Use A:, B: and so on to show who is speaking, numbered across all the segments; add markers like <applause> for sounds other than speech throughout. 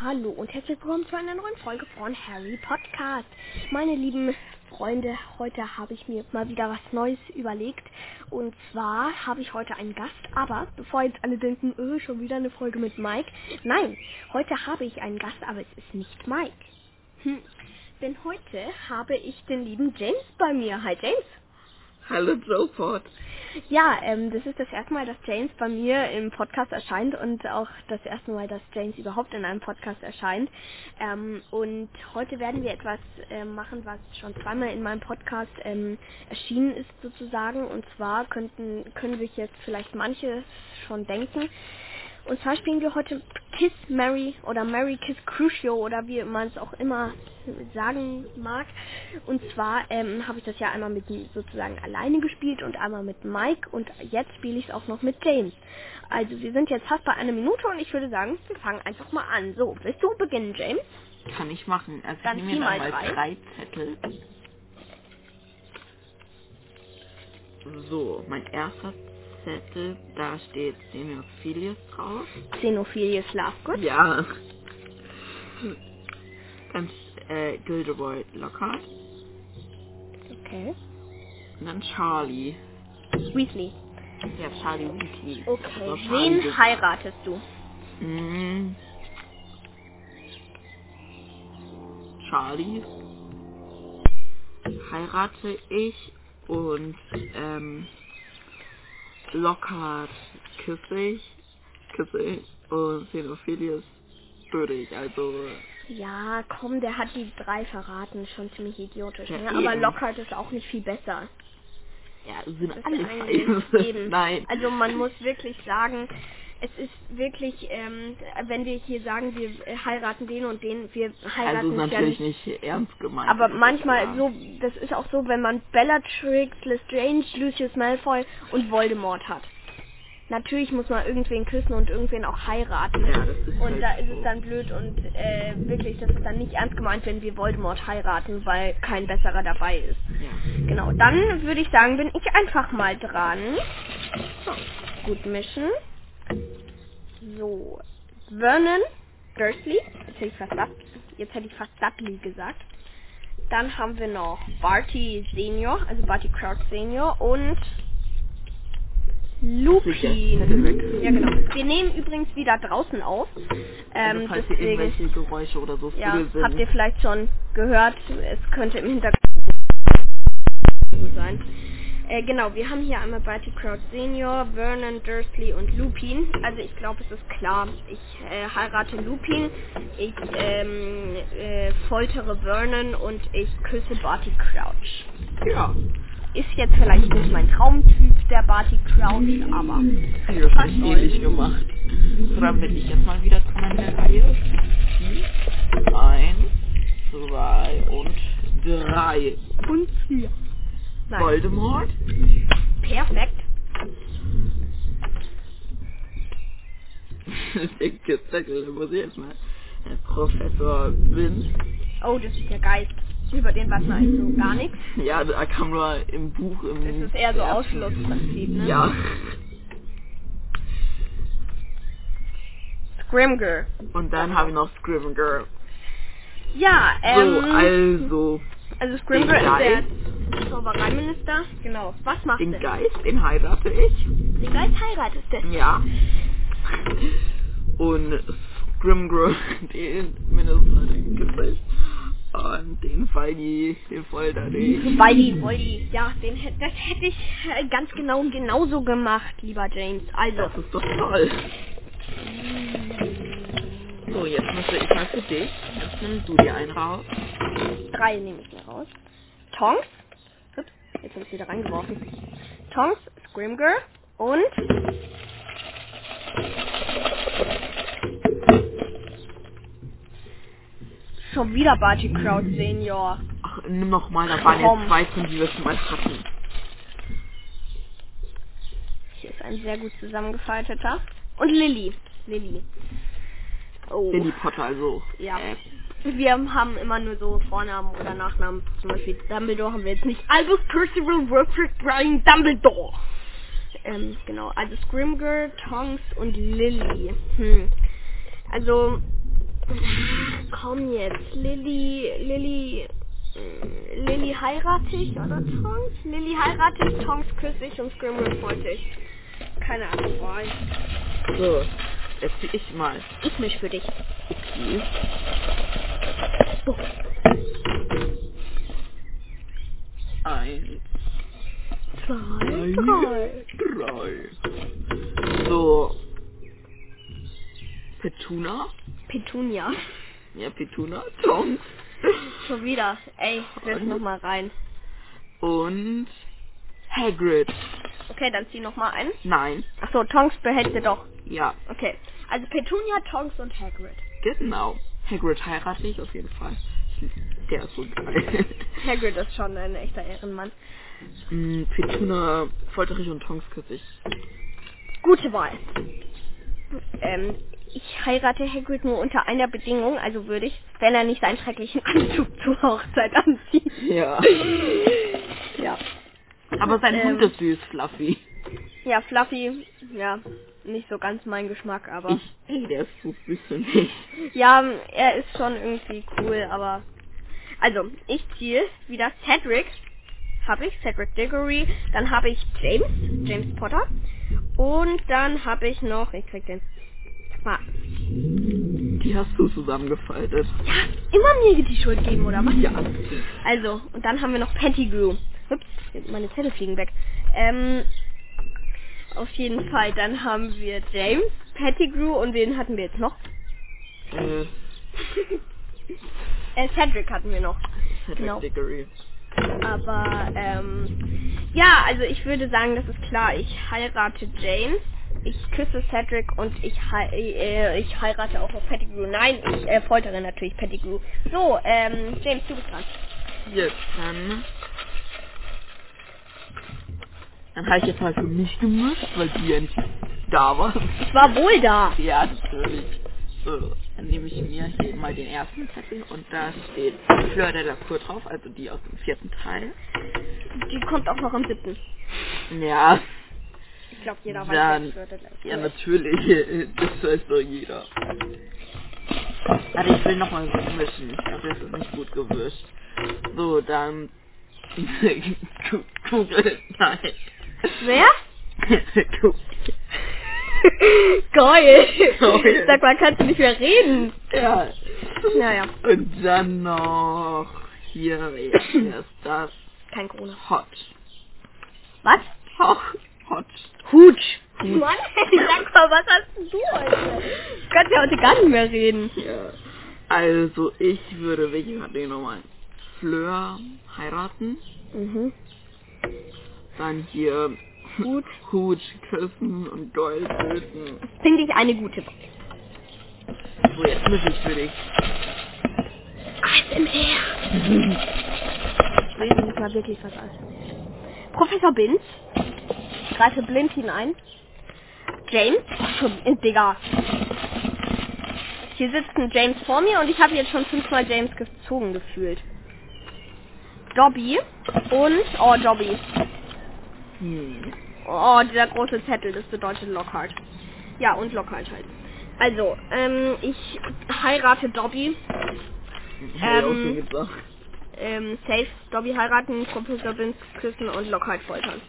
A: Hallo und herzlich willkommen zu einer neuen Folge von Harry Podcast. Meine lieben Freunde, heute habe ich mir mal wieder was Neues überlegt. Und zwar habe ich heute einen Gast, aber bevor jetzt alle denken, öh, schon wieder eine Folge mit Mike. Nein, heute habe ich einen Gast, aber es ist nicht Mike. Hm. Denn heute habe ich den lieben James bei mir. Hi James.
B: Hallo Joport.
A: Ja, ähm, das ist das erste Mal, dass James bei mir im Podcast erscheint und auch das erste Mal, dass James überhaupt in einem Podcast erscheint. Ähm, und heute werden wir etwas ähm, machen, was schon zweimal in meinem Podcast ähm, erschienen ist sozusagen. Und zwar könnten, können sich jetzt vielleicht manche schon denken. Und zwar spielen wir heute Kiss Mary oder Mary Kiss Crucio oder wie man es auch immer sagen mag. Und zwar ähm, habe ich das ja einmal mit ihm sozusagen alleine gespielt und einmal mit Mike und jetzt spiele ich es auch noch mit James. Also wir sind jetzt fast bei einer Minute und ich würde sagen, wir fangen einfach mal an. So, willst du beginnen, James?
B: Kann ich machen. Also
A: Dann
B: ich
A: vier
B: nehme
A: mal
B: mir dann
A: drei.
B: mal drei Zettel. So, mein erster Zettel, da steht Xenophilius drauf.
A: Xenophilius Lovegood,
B: Ja. Dann äh, Gilderoy Lockhart.
A: okay.
B: Und dann Charlie.
A: Weasley,
B: Ja, Charlie Weasley.
A: okay.
B: So, Charlie
A: Wen heiratest du?
B: Mm. Charlie heirate ich und ähm, Lockhart küsse ich, küsse ich und Xenophilius würde ich. Also
A: Ja, komm, der hat die drei verraten, schon ziemlich idiotisch.
B: Ja,
A: Ne? Aber
B: eben.
A: Lockhart ist auch nicht viel besser.
B: ja, sind
A: Das
B: alle
A: ist
B: <laughs>
A: eigentlich
B: scheiße.
A: eben.
B: Nein.
A: Also man muss wirklich sagen, es ist wirklich, ähm, wenn wir hier sagen, wir äh, heiraten den und den, wir
B: Also
A: heiraten
B: ist
A: es ja
B: natürlich
A: nicht.
B: nicht ernst gemeint.
A: Aber
B: das ist
A: manchmal
B: klar.
A: so, das ist auch so, wenn man Bellatrix, Lestrange, Lucius Malfoy und Voldemort hat. Natürlich muss man irgendwen küssen und irgendwen auch heiraten.
B: Ja, das ist
A: Und
B: halt
A: da ist es
B: so.
A: dann blöd und äh, wirklich, das ist dann nicht ernst gemeint, wenn wir Voldemort heiraten, weil kein besserer dabei ist.
B: Ja.
A: Genau, dann würde ich sagen, bin ich einfach mal dran. Gut mischen. So, Vernon Dursley. Jetzt hätte ich fast, Dud Jetzt hätte ich fast Dudley gesagt. Dann haben wir noch Barty Senior, also Barty Crouch Senior und
B: Zettel weg.
A: Lupin. Ja, genau. Wir nehmen übrigens wieder draußen auf. Ähm,
B: also falls hier
A: deswegen
B: irgendwelche Geräusche oder so
A: ja,
B: Vögel sind.
A: habt ihr vielleicht schon gehört. Es könnte im Hintergrund so sein. Äh, genau, wir haben hier einmal Barty Crouch Senior, Vernon Dursley und Lupin. Also ich glaube, es ist klar. Ich äh, heirate Lupin, ich ähm, äh, foltere Vernon und ich küsse Barty Crouch.
B: ja.
A: Ist jetzt vielleicht nicht mein Traumtyp, der Barty Crouch, aber
B: Ich habe
A: Was
B: mich
A: soll's.
B: ewig gemacht. So, dann bin ich jetzt mal wieder zu meiner Reihe. Hm. Eins, zwei und drei.
A: und vier. Nein,
B: Voldemort, <laughs>
A: perfekt.
B: den Kitzettel, da muss ich jetzt mal. Herr Professor Win.
A: Oh, das ist der Geist. Über den weiß man eigentlich so gar nichts.
B: Ja, da kam nur im Buch im.
A: Das ist eher so
B: ersten-
A: Ausschlussprinzip, ne?
B: Ja.
A: Scrimger.
B: Und dann habe ich noch Scrivenger.
A: Ja,
B: So,
A: ähm,
B: also,
A: also Scrimger ist
B: Geist.
A: der Zaubereiminister. Genau. Was macht
B: den
A: er?
B: Geist, den heirate ich.
A: Den Geist heiratest du.
B: Ja. Und <laughs> Scrimgrim, den Minister, den Gesicht. Und den Feini, den Folter, den.
A: Waldi, Waldi. Ja, den, hä- das hätte ich äh, ganz genau genauso gemacht, lieber James. Also,
B: Das ist doch toll. So, jetzt müsste ich mal für dich. Jetzt nimmst du dir einen raus.
A: drei nehme ich mir raus. Tongs. Ups, jetzt habe ich wieder reingeworfen. Tongs, Scrimger und schon wieder Barty Crouch Senior.
B: Ach, nimm noch mal, da waren
A: Komm.
B: jetzt zwei von, die wir schon mal hatten.
A: Hier ist ein sehr gut zusammengefalteter. Und Lilly. Lilly. Oh.
B: Lily Potter, also.
A: Ja.
B: Äh,
A: Wir haben immer nur so Vornamen oder Nachnamen. Zum Beispiel Dumbledore haben wir jetzt nicht. Albus Percival Wilfred Brian Dumbledore. Ähm, genau. Also Scrimger, Tonks und Lily. Hm. Also Komm jetzt, Lilly, Lilly, äh, Lilly heirate ich oder Tongs? Lilly heirate ich, Tongs küsse ich und Scrimble freut ich. Keine Ahnung, boah.
B: So, jetzt zieh ich mal.
A: Ich misch für dich.
B: Okay.
A: So.
B: Eins,
A: Zwei,
B: zwei,
A: drei.
B: drei. So. Petuna?
A: Petunia.
B: Ja, Petuna. Tongs.
A: Schon wieder. Ey, setz nochmal rein.
B: Und Hagrid.
A: Okay, dann zieh nochmal ein.
B: Nein.
A: Achso, Tonks behält sie doch.
B: Ja,
A: Okay. Also Petunia, Tonks und Hagrid.
B: genau. Hagrid heirate ich auf jeden Fall. Der ist so geil.
A: Hagrid ist schon ein echter Ehrenmann.
B: <laughs> Mm, Petuna, Folterich und Tonks küsse ich.
A: Gute Wahl. Ähm, ich heirate Hagrid nur unter einer Bedingung, also würde ich, wenn er nicht seinen schrecklichen Anzug <laughs> zur Hochzeit anzieht.
B: <laughs> Ja.
A: Ja.
B: Aber sein
A: Ähm.
B: Hund ist süß, Fluffy.
A: Ja, Fluffy, ja, nicht so ganz mein Geschmack, aber.
B: Ich, ey, der ist so süß für mich.
A: Ja, er ist schon irgendwie cool, aber. Also, ich ziehe wieder Cedric. Habe ich Cedric Diggory. Dann habe ich James, James Potter. Und dann habe ich noch, ich krieg den. Sag mal,
B: Die hast du zusammengefaltet.
A: ja, immer mir die Schuld geben, oder was?
B: Ja.
A: Also, und dann haben wir noch Pettigrew. Ups, meine Zettel fliegen weg. Ähm, auf jeden Fall, dann haben wir James, Pettigrew und wen hatten wir jetzt noch?
B: Äh,
A: Äh, Cedric hatten wir noch.
B: Cedric
A: No.
B: Diggory.
A: Aber ähm, ja, also ich würde sagen, das ist klar. Ich heirate James, ich küsse Cedric und ich, hei äh, ich heirate auch noch Pettigrew. Nein, ich äh, foltere natürlich Pettigrew. So, ähm, James, du bist dran.
B: Jetzt dann. Dann habe ich jetzt mal für mich gemischt, weil du ja nicht da warst.
A: Ich war wohl da.
B: <laughs> Ja, natürlich. So, dann nehme ich mir hier mal den ersten Zettel und da steht Fleur de la Cour drauf, also die aus dem vierten Teil.
A: Die kommt auch noch am siebten.
B: Ja,
A: Ich glaube, jeder
B: Dann-
A: weiß, wer das wird.
B: ja natürlich. <laughs> Das weiß doch jeder. Also ich will nochmal mischen. Ich glaube, das ist nicht gut gewischt. So, dann... <laughs> Ku- Kugel, nein.
A: Wer?
B: <laughs>
A: <laughs>
B: Ku-
A: Geil.
B: Geil.
A: Sag mal, kannst du nicht mehr reden?
B: ja.
A: Naja,
B: Und dann noch... Hier, ja, hier ist das.
A: kein Corona.
B: Hot.
A: Was?
B: Hot. Hot.
A: Hutsch. Mann, <laughs> ey, sag mal, was hast denn du heute? Du kannst ja heute gar nicht mehr reden.
B: Ja. Also ich würde, welchen hat den nochmal? Fleur heiraten.
A: Mhm.
B: Dann hier
A: Gut.
B: <laughs> Hut küssen und Doll töten.
A: Finde ich eine gute Wahl.
B: So, jetzt muss ich für dich.
A: ASMR. Ich muss mal wirklich was an. Professor Binz. Ich greife blind hinein. James. Schon, äh, Digga. Hier sitzt ein James vor mir und ich habe jetzt schon fünfmal James gezogen gefühlt. Dobby und... Oh, Dobby.
B: Hm.
A: Oh, dieser große Zettel, das bedeutet Lockhart. Ja, und Lockhart halt. Also, ähm, ich heirate Dobby.
B: Hätte ich auch
A: Ähm.
B: schon gedacht.
A: Ähm, safe Dobby heiraten, Professor Binz küssen und Lockhart foltern.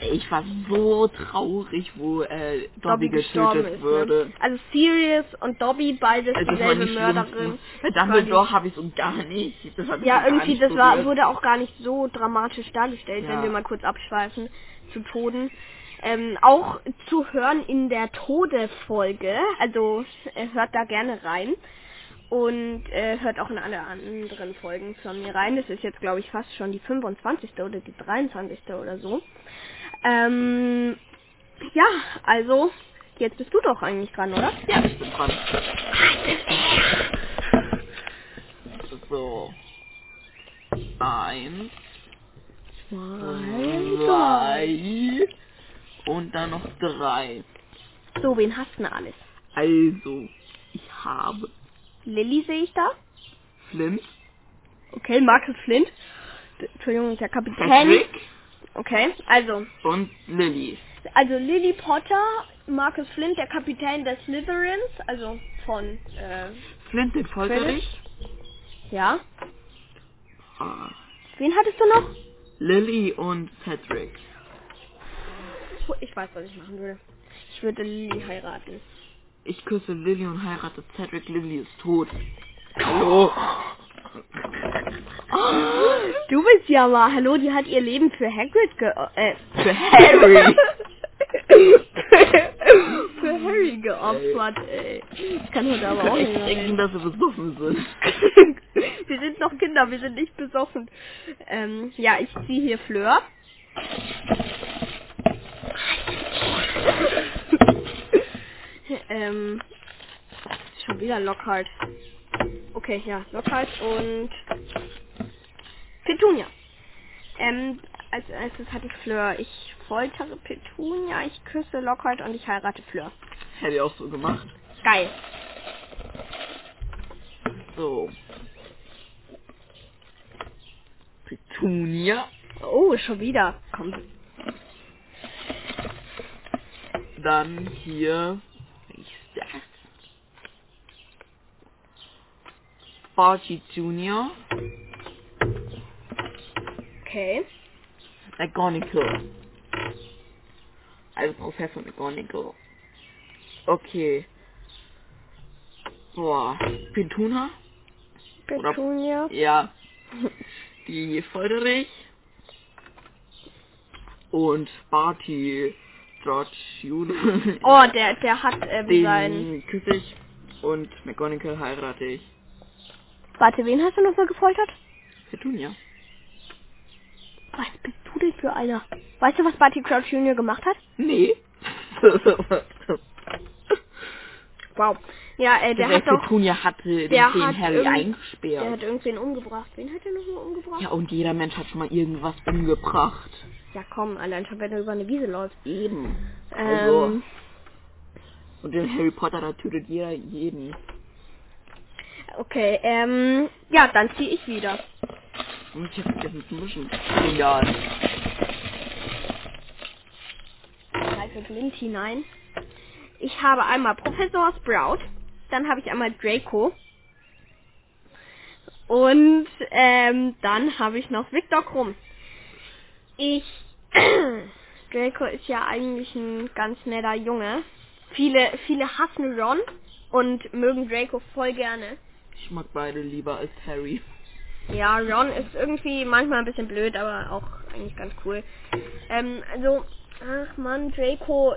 B: Ich war so traurig, wo äh, Dobby,
A: gestorben
B: getötet
A: ist.
B: wurde.
A: Ne? Also Sirius und Dobby, beides
B: Also das war
A: dieselbe
B: nicht
A: Mörderin.
B: schlimm. Bei Dumbledore habe ich so gar nicht. Das hat mich
A: Ja,
B: so gar
A: irgendwie,
B: nicht
A: das war,
B: berührt.
A: wurde auch gar nicht so dramatisch dargestellt, wenn
B: Ja.
A: wir mal kurz abschweifen zu Toden. Ähm, auch zu hören in der Tode-Folge, also äh, hört da gerne rein und äh, hört auch in alle anderen Folgen von mir rein. Das ist jetzt, glaube ich, fast schon die 25. oder die 23. oder so. Ähm, ja, also, jetzt bist du doch eigentlich dran, oder?
B: Ja, ich bin dran. So. Eins, zwei und dann noch drei.
A: So, wen hast du denn alles?
B: Also, ich habe
A: Lilly sehe ich da.
B: Flint,
A: Okay, Marcus Flint. D- Entschuldigung, der Kapitän.
B: Patrick
A: Okay, also.
B: und Lily.
A: Also Lily Potter, Marcus Flint, der Kapitän des Slytherins, also von, äh,
B: Flint den Folterich.
A: ja.
B: Ah,
A: Wen hattest du noch?
B: Lily und Cedric.
A: Puh, Ich weiß, was ich machen würde. Ich würde Lily heiraten.
B: Ich küsse Lily und heirate Cedric. Lily ist tot. Hallo. Oh!
A: <gasps> Du bist ja mal. Hallo, die hat ihr Leben für Hagrid ge... Äh,
B: Für Harry.
A: <laughs> für Harry geopfert, ey. Ich kann heute aber auch
B: Ich
A: nicht
B: echt
A: mehr
B: denken,
A: reden.
B: dass wir besoffen sind. <laughs>
A: <laughs> Wir sind noch Kinder, wir sind nicht besoffen. Ähm, ja, ich ziehe hier Fleur. ähm, schon wieder Lockhart. Okay, ja, Lockhart und Petunia. Ähm, als erstes hatte ich Fleur. Ich foltere Petunia, ich küsse Lockhart und ich heirate Fleur.
B: Hätte ich auch so gemacht.
A: Geil.
B: So. Petunia.
A: Oh, schon wieder. Komm,
B: Dann hier. Wie ist das? Barty Junior.
A: okay.
B: McGonagall. Also Professor McGonagall. Okay. Boah. Pintuna? Oder-
A: Petunia.
B: Ja. Die Folterich. Und Barty George Junior.
A: Oh, der, der hat ähm, sein...
B: Den küsse ich. Und McGonagall heirate ich.
A: Warte, wen hast du nochmal gefoltert?
B: Petunia.
A: Was bist du denn für einer? Weißt du, was Barty Crouch Jr. gemacht hat? <laughs>
B: Nee.
A: Wow. Ja, äh, der
B: Der
A: hat doch...
B: Petunia hatte
A: Der
B: den
A: hat
B: Harry
A: irgend- Der
B: eingesperrt.
A: hat irgendwen umgebracht. Wen hat er nochmal umgebracht?
B: Ja, und jeder Mensch hat schon mal irgendwas umgebracht.
A: Ja, komm, allein schon, wenn du über eine Wiese läufst.
B: Eben. Also.
A: Ähm,
B: Und den Harry Potter, da tötet jeder jeden.
A: okay, ähm... Ja, dann ziehe ich wieder.
B: Und ich hab vergessen zu mischen. Egal.
A: Alfred Lind hinein. Ich habe einmal Professor Sprout, dann habe ich einmal Draco und ähm, dann habe ich noch Viktor Krumm. Ich <clears throat> Draco ist ja eigentlich ein ganz netter Junge. Viele viele hassen Ron und mögen Draco voll gerne.
B: Ich mag beide lieber als Harry.
A: Ja, Ron ist irgendwie manchmal ein bisschen blöd, aber auch eigentlich ganz cool. Ähm, also, ach man, Draco,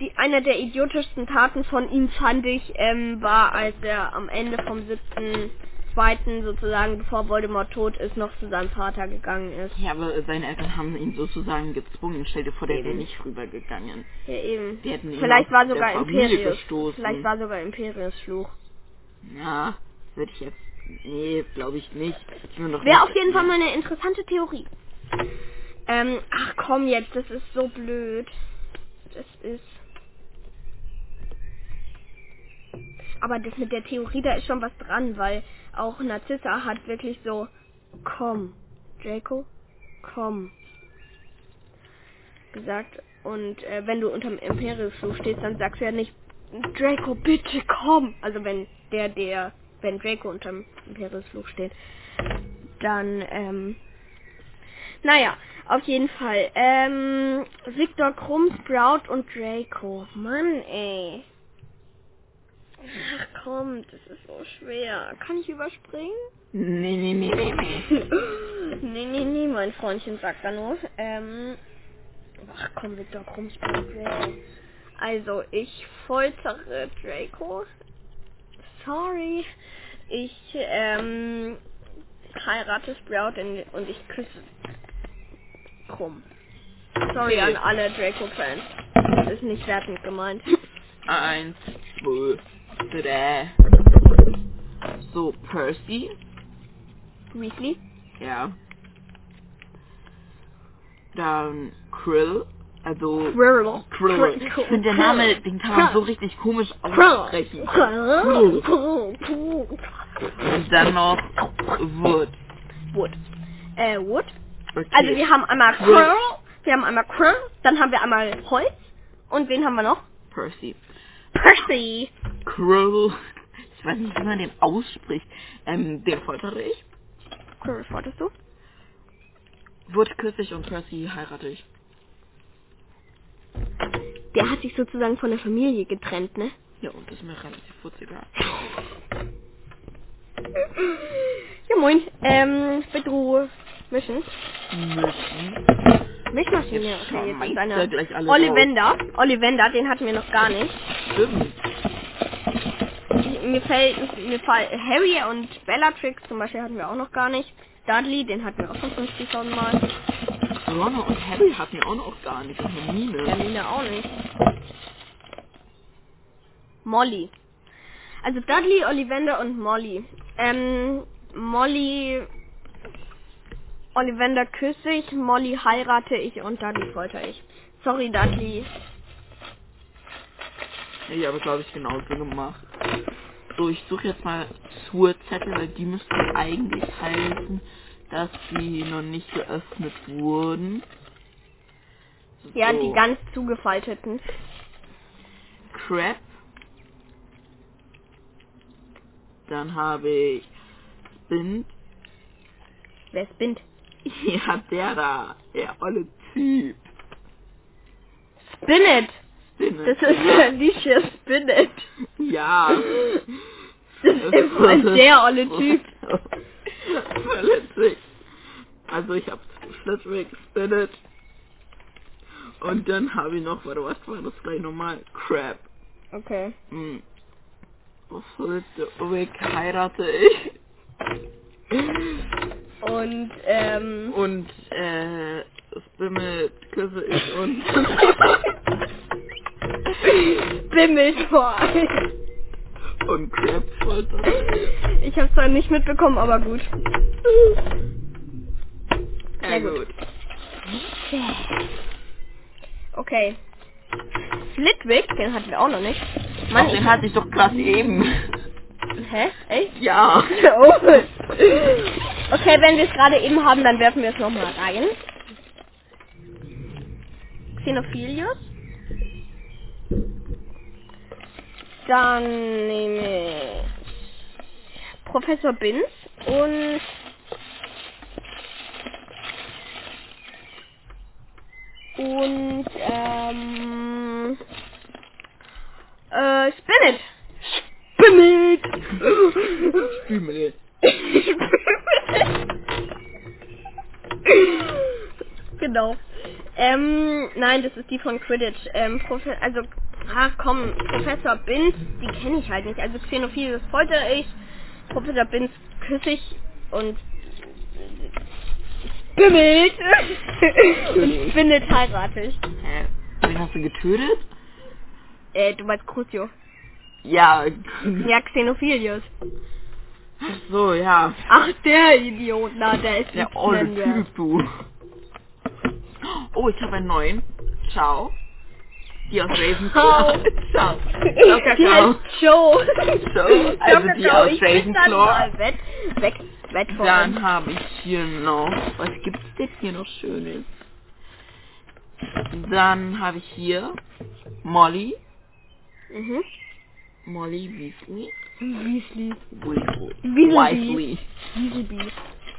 A: die, eine der idiotischsten Taten von ihm fand ich, ähm, war, als er am Ende vom siebten, zweiten sozusagen, bevor Voldemort tot ist, noch zu seinem Vater gegangen ist.
B: Ja, aber seine Eltern haben ihn sozusagen gezwungen. Stell dir vor, der wäre
A: Eben.
B: nicht rübergegangen.
A: Ja, eben.
B: Die hätten ihn
A: Vielleicht
B: aus
A: war
B: der
A: sogar
B: Familie
A: Imperius.
B: gestoßen.
A: Vielleicht war sogar Imperius Fluch.
B: Ja, würde ich jetzt. Nee, glaube ich nicht. Ich bin doch
A: Wäre
B: nicht-
A: auf jeden Fall mal eine interessante Theorie. Ähm, ach komm jetzt, das ist so blöd. Das ist. Aber das mit der Theorie, da ist schon was dran, weil auch Narzissa hat wirklich so, komm, Draco, komm, gesagt. Und äh, wenn du unterm Imperiumflug stehst, dann sagst du ja nicht, Draco, bitte komm. Also wenn der, der, wenn Draco unterm Imperiumsflug steht, dann, ähm, naja, auf jeden Fall. Ähm, Victor Krumm, Sprout und Draco. Mann, ey. Ach komm, das ist so schwer. Kann ich überspringen?
B: Nee, nee, nee, nee, nee.
A: <laughs> nee, nee, nee, mein Freundchen sagt da nur. Ähm, ach komm, Victor Krumm, Sprout, Draco. Also, ich foltere Draco. Sorry. Ich, ähm, heirate Sprout in, und ich küsse Krumm. Sorry
B: Okay.
A: an alle Draco-Fans. Das ist nicht wertend
B: <laughs>
A: gemeint.
B: Eins, zwei, drei. So, Percy.
A: Weekly?
B: Ja. Dann Krill. Also
A: Quirrell.
B: Krill. Ich finde der Name, den kann man so richtig komisch aussprechen. Krill. Und dann noch Wood.
A: Wood. Äh, Wood?
B: Okay.
A: Also wir haben einmal
B: Wood.
A: Quirrell, wir haben einmal Quirrell, dann haben wir einmal Holz und wen haben wir noch?
B: Percy.
A: Percy.
B: Krill, ich weiß nicht, wie man den ausspricht, ähm, den foltere ich.
A: Cool, wolltest du?
B: Wurde kürzlich und Percy heirate ich.
A: Der hat sich sozusagen von der Familie getrennt, ne?
B: Ja, und das ist mir relativ furziger.
A: Ja, moin. Ähm, Bedroh. Mischen. Mischmaschine.
B: Jetzt
A: Okay, jetzt
B: schmeißt
A: ist
B: er
A: eine.
B: gleich alle
A: Ollivander. Ollivander, den hatten wir noch gar nicht.
B: Stimmt.
A: Ich- Mir fällt, mir fall, Harry und Bellatrix zum Beispiel hatten wir auch noch gar nicht. Dudley, den hatten wir auch schon 50.000 Mal.
B: Ron und Harry hatten ja auch noch gar nicht. Und eine Mine.
A: Hermine auch nicht. Molly. Also Dudley, Ollivander und Molly. Ähm, Molly... Ollivander küsse ich, Molly heirate ich und Dudley folter ich. Sorry, Dudley.
B: Ich habe, glaube ich, genauso gemacht. So, ich suche jetzt mal zur Zettel, weil die müssten eigentlich heißen, dass sie noch nicht geöffnet wurden.
A: Ja,
B: So,
A: die ganz zugefalteten.
B: Crab. Dann habe ich Bind.
A: Wer ist Bind?
B: <laughs> Ja, der da. Der olle Typ.
A: Spinnet!
B: Spinne.
A: Das <laughs> ist Alicia Spinnet.
B: Ne?
A: <laughs>
B: ja.
A: Das ist ein sehr olle
B: <laughs>
A: Typ.
B: Verletzlich. Also ich habe Schlittrick, Spinach. Und dann habe ich noch, warte, was war das gleich nochmal? Crab.
A: Okay.
B: Hm. Was soll der Wick heirate ich?
A: Und, ähm...
B: Und äh, Spimmel küsse ich und <laughs>
A: Bimmelt vor <laughs> allem.
B: und Crab foltere ich.
A: Ich hab's zwar nicht mitbekommen, aber <laughs> gut.
B: Ja,
A: Sehr gut.
B: gut.
A: Okay. Flitwick, den hatten wir auch noch nicht. Mann,
B: Mann,
A: ich
B: den hatte ich doch gerade eben. <laughs>
A: Hä? Echt?
B: Ja.
A: <laughs> Oh. Okay, wenn wir es gerade eben haben, dann werfen wir es nochmal rein. Xenophilius. Dann nehme ich Professor Binz und und ähm, äh, Spinnet. Spinnet.
B: Spimmel.
A: <laughs> genau. Ähm, nein, das ist die von Quidditch. Ähm, Profe also, ah, komm, Professor Binz, die kenne ich halt nicht. Also Xenophilius folter ich, Professor Binz küsse ich und <laughs> bimmelt und findet heirate ich.
B: Hä? Wen hast du getötet?
A: Äh, du meinst Crucio.
B: Ja.
A: Ja, Xenophilius.
B: Ach so, ja.
A: Ach, der Idiot. Na, der ist
B: Der
A: nicht
B: olle
A: nennen wir.
B: Typ, du. Oh, ich habe einen neuen. Ciao. Die aus Ravenclaw. <laughs> Ciao. Ciao,
A: Die
B: Kakao.
A: heißt Joe.
B: Joe, also die
A: Kakao,
B: aus
A: ich bin
B: Ravenclaw.
A: dann mal Wett, weg, weg von
B: Dann habe ich hier noch... Was gibt's denn hier noch Schönes? Dann habe ich hier Molly.
A: Mhm.
B: Molly Weasley.
A: Weasley.
B: Weasley.
A: Weasley.
B: Weasley.
A: Weasley.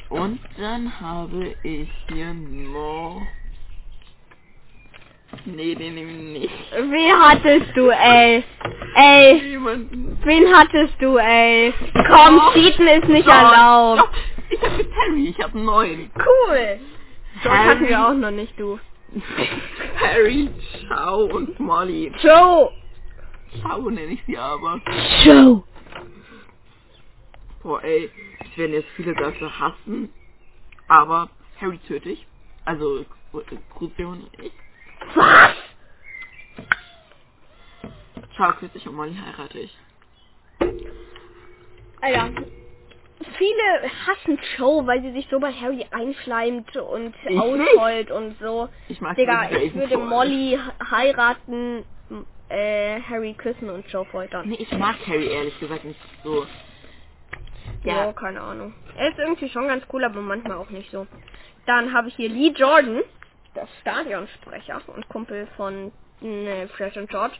B: Und dann habe ich hier noch... Nee, den nehme ich nicht.
A: Wen hattest du, ey? Ey,
B: Niemanden.
A: wen hattest du, ey? Komm,
B: Doch.
A: Cheaten ist nicht
B: Doch,
A: erlaubt.
B: doch. Ich hab jetzt Harry, ich hab neun.
A: Cool. Das
B: Harry.
A: hatten wir auch noch nicht, du.
B: Harry, Ciao und Molly.
A: Joe.
B: Ciao nenne ich sie aber.
A: Joe.
B: Boah ey, es werden jetzt viele dafür hassen. Aber Harry töte ich. Also Crucio und ich.
A: Was?
B: Ciao küsse ich und Molly heirate ich.
A: Alter. Viele hassen Joe, weil sie sich so bei Harry einschleimt und
B: Ich nicht.
A: ausheult und so.
B: Ich mag
A: Digga,
B: diesen
A: ich würde
B: Ravenclaw.
A: Molly he- heiraten, m- äh, Harry küssen und Joe foltern.
B: Nee, ich mag Harry ehrlich gesagt nicht so.
A: Ja.
B: Ja.
A: keine Ahnung. Er ist irgendwie schon ganz cool, aber manchmal auch nicht so. Dann habe ich hier Lee Jordan, äh, der Stadionsprecher und Kumpel von ne, Fresh und George.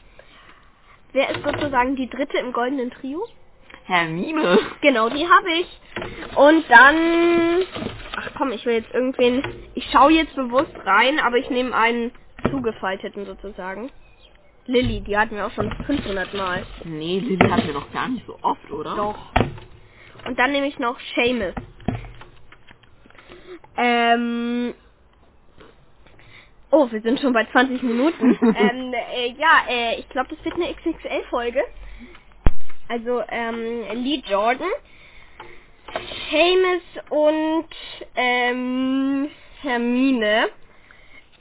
A: Wer ist sozusagen die dritte im goldenen Trio?
B: Hermine.
A: Genau, die habe ich. Und dann... Ach komm, ich will jetzt irgendwen... Ich schaue jetzt bewusst rein, aber ich nehme einen zugefalteten sozusagen. Lilly, die hatten wir auch schon 500 Mal.
B: Nee, Lilly hatten wir noch gar nicht so oft, oder?
A: Doch. Und dann nehme ich noch Seamus. Ähm... Oh, wir sind schon bei 20 Minuten. ähm, äh, ja, äh, ich glaube, das wird eine XXL-Folge. Also, ähm, Lee Jordan, Seamus und ähm, Hermine.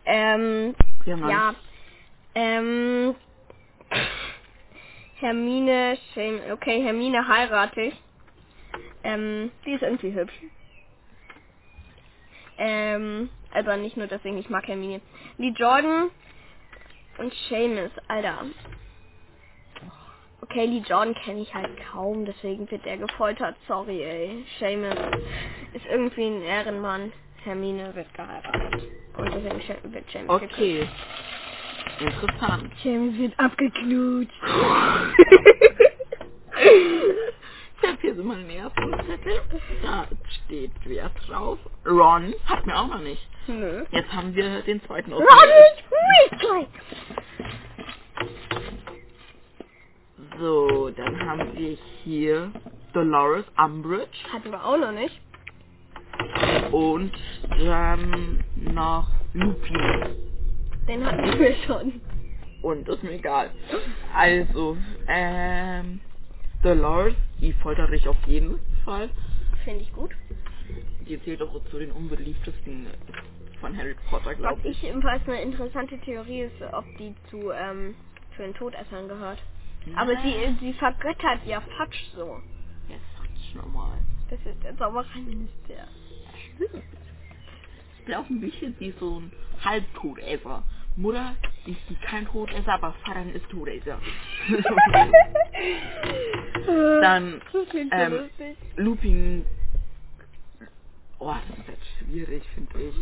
A: Ähm,
B: Ja, Mann.
A: ja. Ähm, Hermine, Seamus, okay, Hermine heirate ich. Ähm, die ist irgendwie hübsch. Ähm, aber nicht nur deswegen, ich mag Hermine. Lee Jordan und Seamus, Alter. Okay, Lee Jordan kenne ich halt kaum, deswegen wird er gefoltert. Sorry, ey. Seamus ist irgendwie ein Ehrenmann. Hermine wird geheiratet. Und deswegen Sha- wird Seamus gekriegt.
B: Okay. Interessant.
A: Seamus wird abgeknutscht.
B: Ich habe hier so mal mehr Zettel. Da steht wer drauf. Ron hat mir auch noch nicht.
A: Nö.
B: Jetzt haben wir den zweiten
A: Ron,
B: ausgewählt.
A: ruhig gleich.
B: So, dann haben wir hier Dolores Umbridge
A: Hatten wir auch noch nicht.
B: und dann noch Lupin.
A: Den hatten wir schon.
B: Und ist mir egal. Also, ähm, Dolores, die foltere ich auf jeden Fall.
A: Finde ich gut.
B: Die zählt auch zu den unbeliebtesten von Harry Potter,
A: Was
B: glaube
A: ich ebenfalls eine interessante Theorie ist, ob die zu ähm, zu den Todessern gehört. Aber sie, sie vergöttert ja Fatsch so.
B: Jetzt sag ich nochmal.
A: Das ist der <laughs> Zaubereiminister.
B: Ich glaube ein bisschen wie so ein Halbtodesser. Mutter ist sie kein Todesser, aber Vater ist <laughs> Todesser. Dann,
A: Das klingt so
B: ähm,
A: lustig.
B: Looping. Oh, das wird schwierig, finde ich.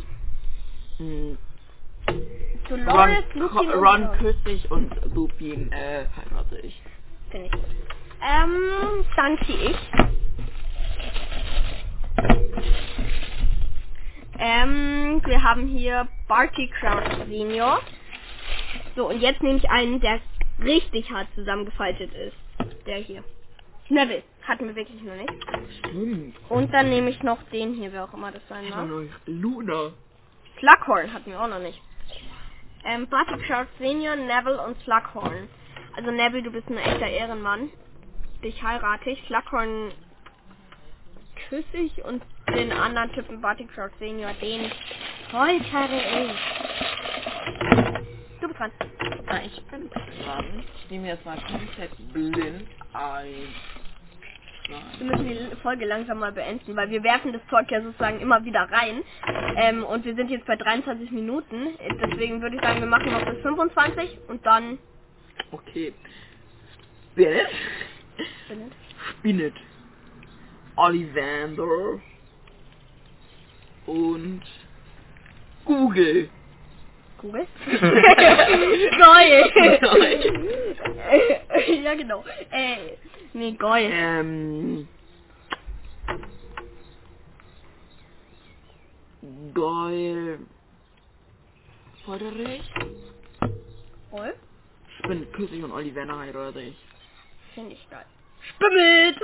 B: Hm,
A: Dolores,
B: Ron,
A: Lupin
B: Ko-
A: und
B: Ron
A: Dolores.
B: küsst dich und Lupin äh, heirate ich.
A: Finde ich gut. Ähm, dann ziehe ich. Ähm, wir haben hier Barty Crouch Senior. So, und jetzt nehme ich einen, der richtig hart zusammengefaltet ist. Der hier. Neville. Hatten wir wirklich noch nicht.
B: Stimmt.
A: Und dann nehme ich noch den hier, wer auch immer das sein mag.
B: Luna.
A: Slughorn hatten wir auch noch nicht. Ähm, Barty Crouch Senior, Neville und Slughorn. Also Neville, du bist ein echter Ehrenmann. Dich heirate ich. Slughorn küsse ich und den anderen Typen Barty Crouch Senior, den foltere ich. Du bist dran.
B: Ah, ich bin dran. Ich nehme jetzt mal komplett blind ein. Nein.
A: Wir müssen die Folge langsam mal beenden, weil wir werfen das Zeug ja sozusagen immer wieder rein. Ähm, und wir sind jetzt bei 23 Minuten. Deswegen würde ich sagen, wir machen noch bis 25 und dann...
B: Okay. Spinnet. Spinnet. Ollivander. Und Google.
A: <laughs> Google? Goy.
B: Goy.
A: ja, genau. Äh, nee, Goy.
B: Ähm. Goyle. Fordere ich?
A: Goy?
B: Spinnet, Küssig und Ollivander heirate ich.
A: Finde ich geil. Spimmelt!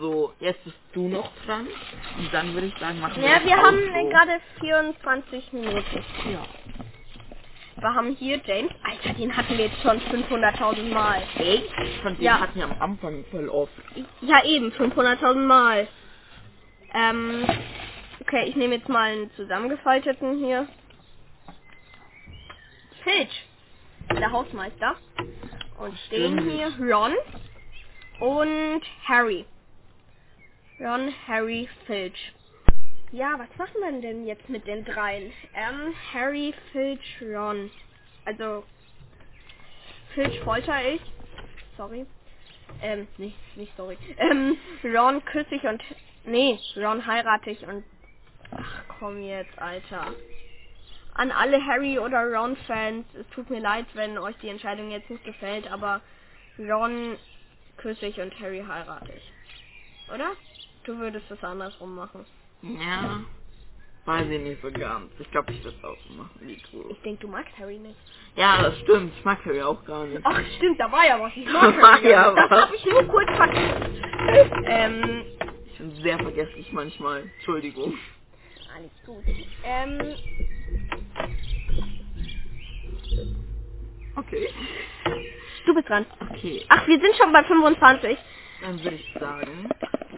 B: So, jetzt bist du noch dran. Und dann würde ich sagen, machen wir
A: ja,
B: das
A: wir
B: auch
A: haben
B: so.
A: äh, gerade 24 Minuten.
B: Ja.
A: Wir haben hier James. Alter, den hatten wir jetzt schon 500.000 Mal.
B: Von dem
A: Ja.
B: hatten wir am Anfang voll oft.
A: Ja, eben, 500.000 Mal. Ähm, okay, ich nehme jetzt mal einen zusammengefalteten hier. Filch, der Hausmeister. Und den
B: Stimmt.
A: hier, Ron und Harry. Ron, Harry, Filch. Ja, was machen wir denn jetzt mit den dreien? Ähm, Harry, Filch, Ron. Also, Filch folter ich. Sorry. Ähm, nee, nicht sorry. Ähm, Ron küsse ich und... Nee, Ron heirate ich und... Ach komm jetzt, Alter. an alle Harry oder Ron Fans. Es tut mir leid, wenn euch die Entscheidung jetzt nicht gefällt, aber Ron küsse ich und Harry heirate ich. Oder? Du würdest das andersrum machen.
B: Ja. Weiß ich nicht so ganz. Ich glaube, ich würde es auch so machen wie du.
A: Ich denke, du magst Harry nicht.
B: Ja, das stimmt. Ich mag Harry auch gar nicht.
A: Ach stimmt, da war ja was. Ich
B: <laughs> Da war ja
A: das
B: was.
A: hab ich nur kurz vergessen. Ähm,
B: Ich bin sehr vergesslich manchmal. Entschuldigung.
A: alles gut. Ähm,
B: Okay.
A: du bist dran.
B: Okay,
A: Ach, wir sind schon bei 25.
B: dann würde ich sagen.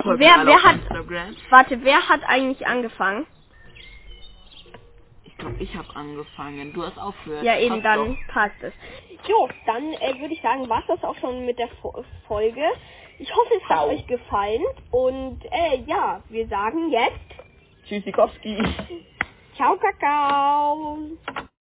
B: folgt
A: Wer-
B: mir alle
A: wer
B: auf
A: hat-
B: Instagram.
A: Warte, wer hat eigentlich angefangen?
B: Ich glaube, ich habe angefangen. Du hast aufgehört.
A: Ja, eben,
B: Passt
A: dann passt es. Jo, dann äh, würde ich sagen, war das auch schon mit der Fo Folge. Ich hoffe, es hat
B: Ciao.
A: euch gefallen. Und äh, ja, wir sagen jetzt
B: Doch. Tschüssikowski.
A: Ciao, Kakao.